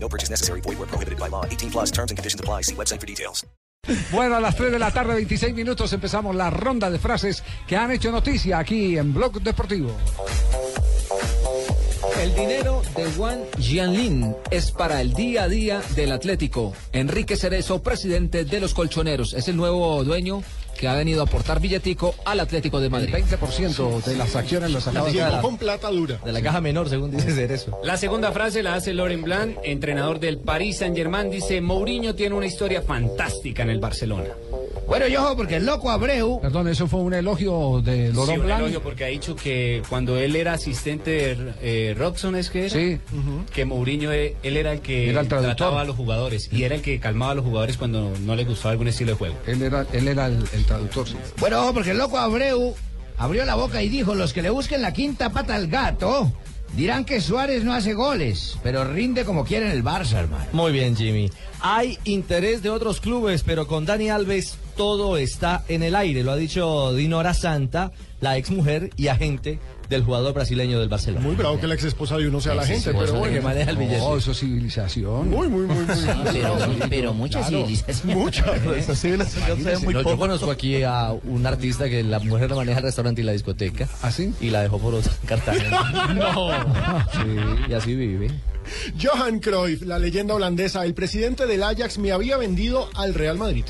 No purchase necessary. Void where prohibited by law. 18 plus terms and conditions apply. See website for details. Bueno, a las 3 de la tarde, 26 minutos, empezamos la ronda de frases que han hecho noticia aquí en Blog Deportivo. El dinero de Juan Jianlin es para el día a día del Atlético. Enrique Cerezo, presidente de los Colchoneros, es el nuevo dueño que ha venido a aportar billetico al Atlético de Madrid. 20% de las acciones las acaba de con plata dura. De la caja menor, según dice Cerezo. La segunda frase la hace Loren Blanc, entrenador del Paris Saint-Germain. Dice, Mourinho tiene una historia fantástica en el Barcelona. Bueno, yo ojo, porque el loco Abreu. Perdón, eso fue un elogio de Sí, Lorón un Blanc. elogio porque ha dicho que cuando él era asistente de eh, Robson, ¿es que era? Sí. Que Mourinho, eh, él era el que Era el traductor. trataba a los jugadores y era el que calmaba a los jugadores cuando no les gustaba algún estilo de juego. Él era, él era el, el traductor. sí. Bueno, ojo, porque el loco Abreu abrió la boca y dijo: Los que le busquen la quinta pata al gato dirán que Suárez no hace goles, pero rinde como quiere en el Barça, hermano. Muy bien, Jimmy. Hay interés de otros clubes, pero con Dani Alves todo está en el aire. Lo ha dicho Dinora Santa, la ex mujer y agente del jugador brasileño del Barcelona. Muy bravo que la ex esposa de uno sea la Sí, gente, sí, pero sí, que bueno. maneja el billete. Oh, eso es civilización. Muy, muy, muy, muy. pero mucha civilización. Muchas. pues, yo, yo conozco aquí a un artista que la mujer la maneja el restaurante y la discoteca. ¿Ah, sí? Y la dejó por otra en Cartagena. no. Sí, y así vive. Johan Cruyff, la leyenda holandesa, el presidente del Ajax, me había vendido al Real Madrid.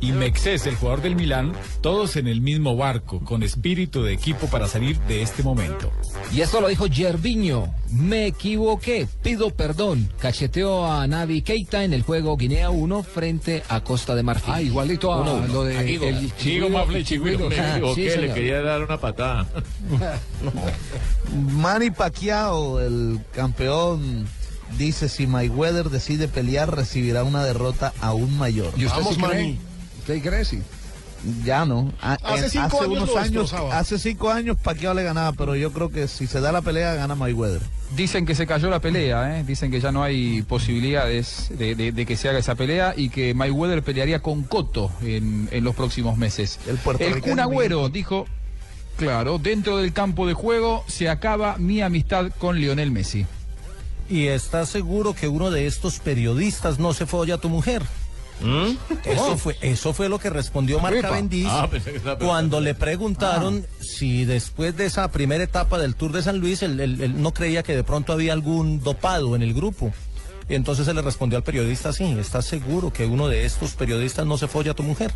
y Mexés, pues, el jugador del Milán, todos en el mismo barco, con espíritu de equipo para salir de este momento. Y esto lo dijo Gerviño. Me equivoqué, pido perdón. Cacheteó a Navi Keita en el juego Guinea 1 frente a Costa de Marfil. Ah, igualito a lo de. el Chigüiro, Chigüiro. Ah, sí, señor. dar una patada. Manny Pacquiao, el campeón, dice si Mayweather decide pelear recibirá una derrota aún mayor. ¿Y usted Vamos, sí cree? Manny. ¿Usted cree, sí? Ya no. A- Hace en- cinco hace años unos lo años, destrozaba. hace cinco años Pacquiao le ganaba, pero yo creo que si se da la pelea gana Mayweather. Dicen que se cayó la pelea, ¿eh? dicen que ya no hay posibilidades de, de- de que se haga esa pelea y que Mayweather pelearía con Cotto en, en los próximos meses. El puertorriqueño Kun Agüero dijo, claro, dentro del campo de juego se acaba mi amistad con Lionel Messi. ¿Y estás seguro que uno de estos periodistas no se folla a tu mujer? Eso, fue, eso fue lo que respondió Marca Epa. Bendiz cuando le preguntaron si después de esa primera etapa del Tour de San Luis él, él- él no creía que de pronto había algún dopado en el grupo. Y entonces se le respondió al periodista, sí, ¿estás seguro que uno de estos periodistas no se folla a tu mujer?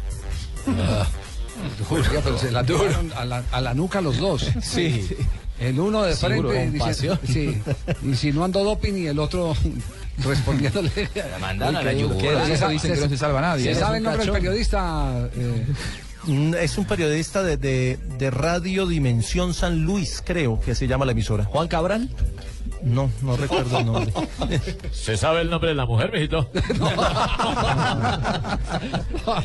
Oiga, pero se la tiraron a la, a la nuca los dos. Sí. El uno de Seguro, frente con dice, pasión. sí, insinuando doping y el otro respondiéndole. mandaron a la Uy, qué duro. yugular. Se Eso sabe- dicen que no se salva nadie. ¿eh? ¿Se Es sabe un el nombre del cachón. periodista? eh, Mm, Es un periodista de, de- de Radio Dimensión San Luis, creo que se llama la emisora. ¿Juan Cabral? No, no recuerdo el nombre. ¿Se sabe el nombre de la mujer, mijito? eh,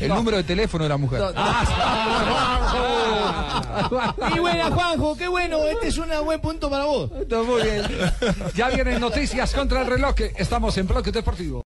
El número de teléfono de la mujer. Ah, Ah. Qué buena, Juanjo, qué bueno. Este es un buen punto para vos. Ya vienen noticias contra el reloj. Estamos en Bloque Deportivo.